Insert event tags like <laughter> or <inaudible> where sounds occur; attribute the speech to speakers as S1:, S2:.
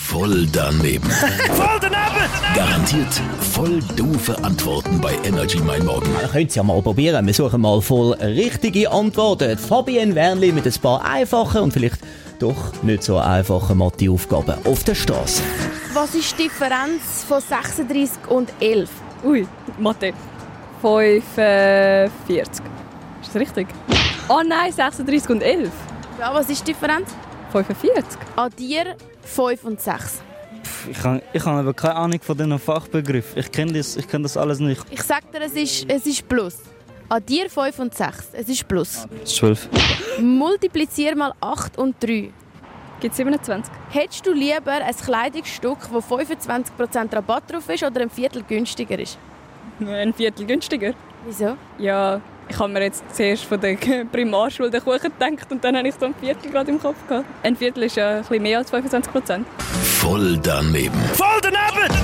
S1: Voll
S2: <laughs>
S1: daneben.
S2: Voll daneben!
S1: Garantiert voll doofe Antworten bei Energy Mein Morgen.
S3: Wir können es ja mal probieren. Wir suchen mal voll richtige Antworten. Die Fabienne Wernli mit ein paar einfachen und vielleicht doch nicht so einfachen Mathe-Aufgaben auf der Straße.
S4: Was ist die Differenz von 36 und 11?
S5: Ui, Mathe. 45. Ist das richtig? Oh nein, 36 und 11.
S4: Ja, was ist die Differenz?
S5: 45.
S4: Addier 5 und 6.
S6: Ich habe ich hab aber keine Ahnung von diesen Fachbegriffen. Ich kenne das, ich kenn das alles nicht.
S4: Ich sag dir, es ist, es ist Plus. Addier 5 und 6. Es ist Plus.
S6: Das ist 12.
S4: Multiplizier mal 8 und 3.
S5: Gibt 27?
S4: Hättest du lieber ein Kleidungsstück, wo 25% Rabatt drauf ist oder ein Viertel günstiger ist?
S5: Ein Viertel günstiger.
S4: Wieso?
S5: Ja, ich habe mir jetzt zuerst von der <laughs> Primarschule den Kuchen gedacht und dann habe ich so ein Viertel gerade im Kopf gehabt. Ein Viertel ist ja ein bisschen mehr als 25 Prozent.
S1: Voll daneben.
S2: Voll daneben!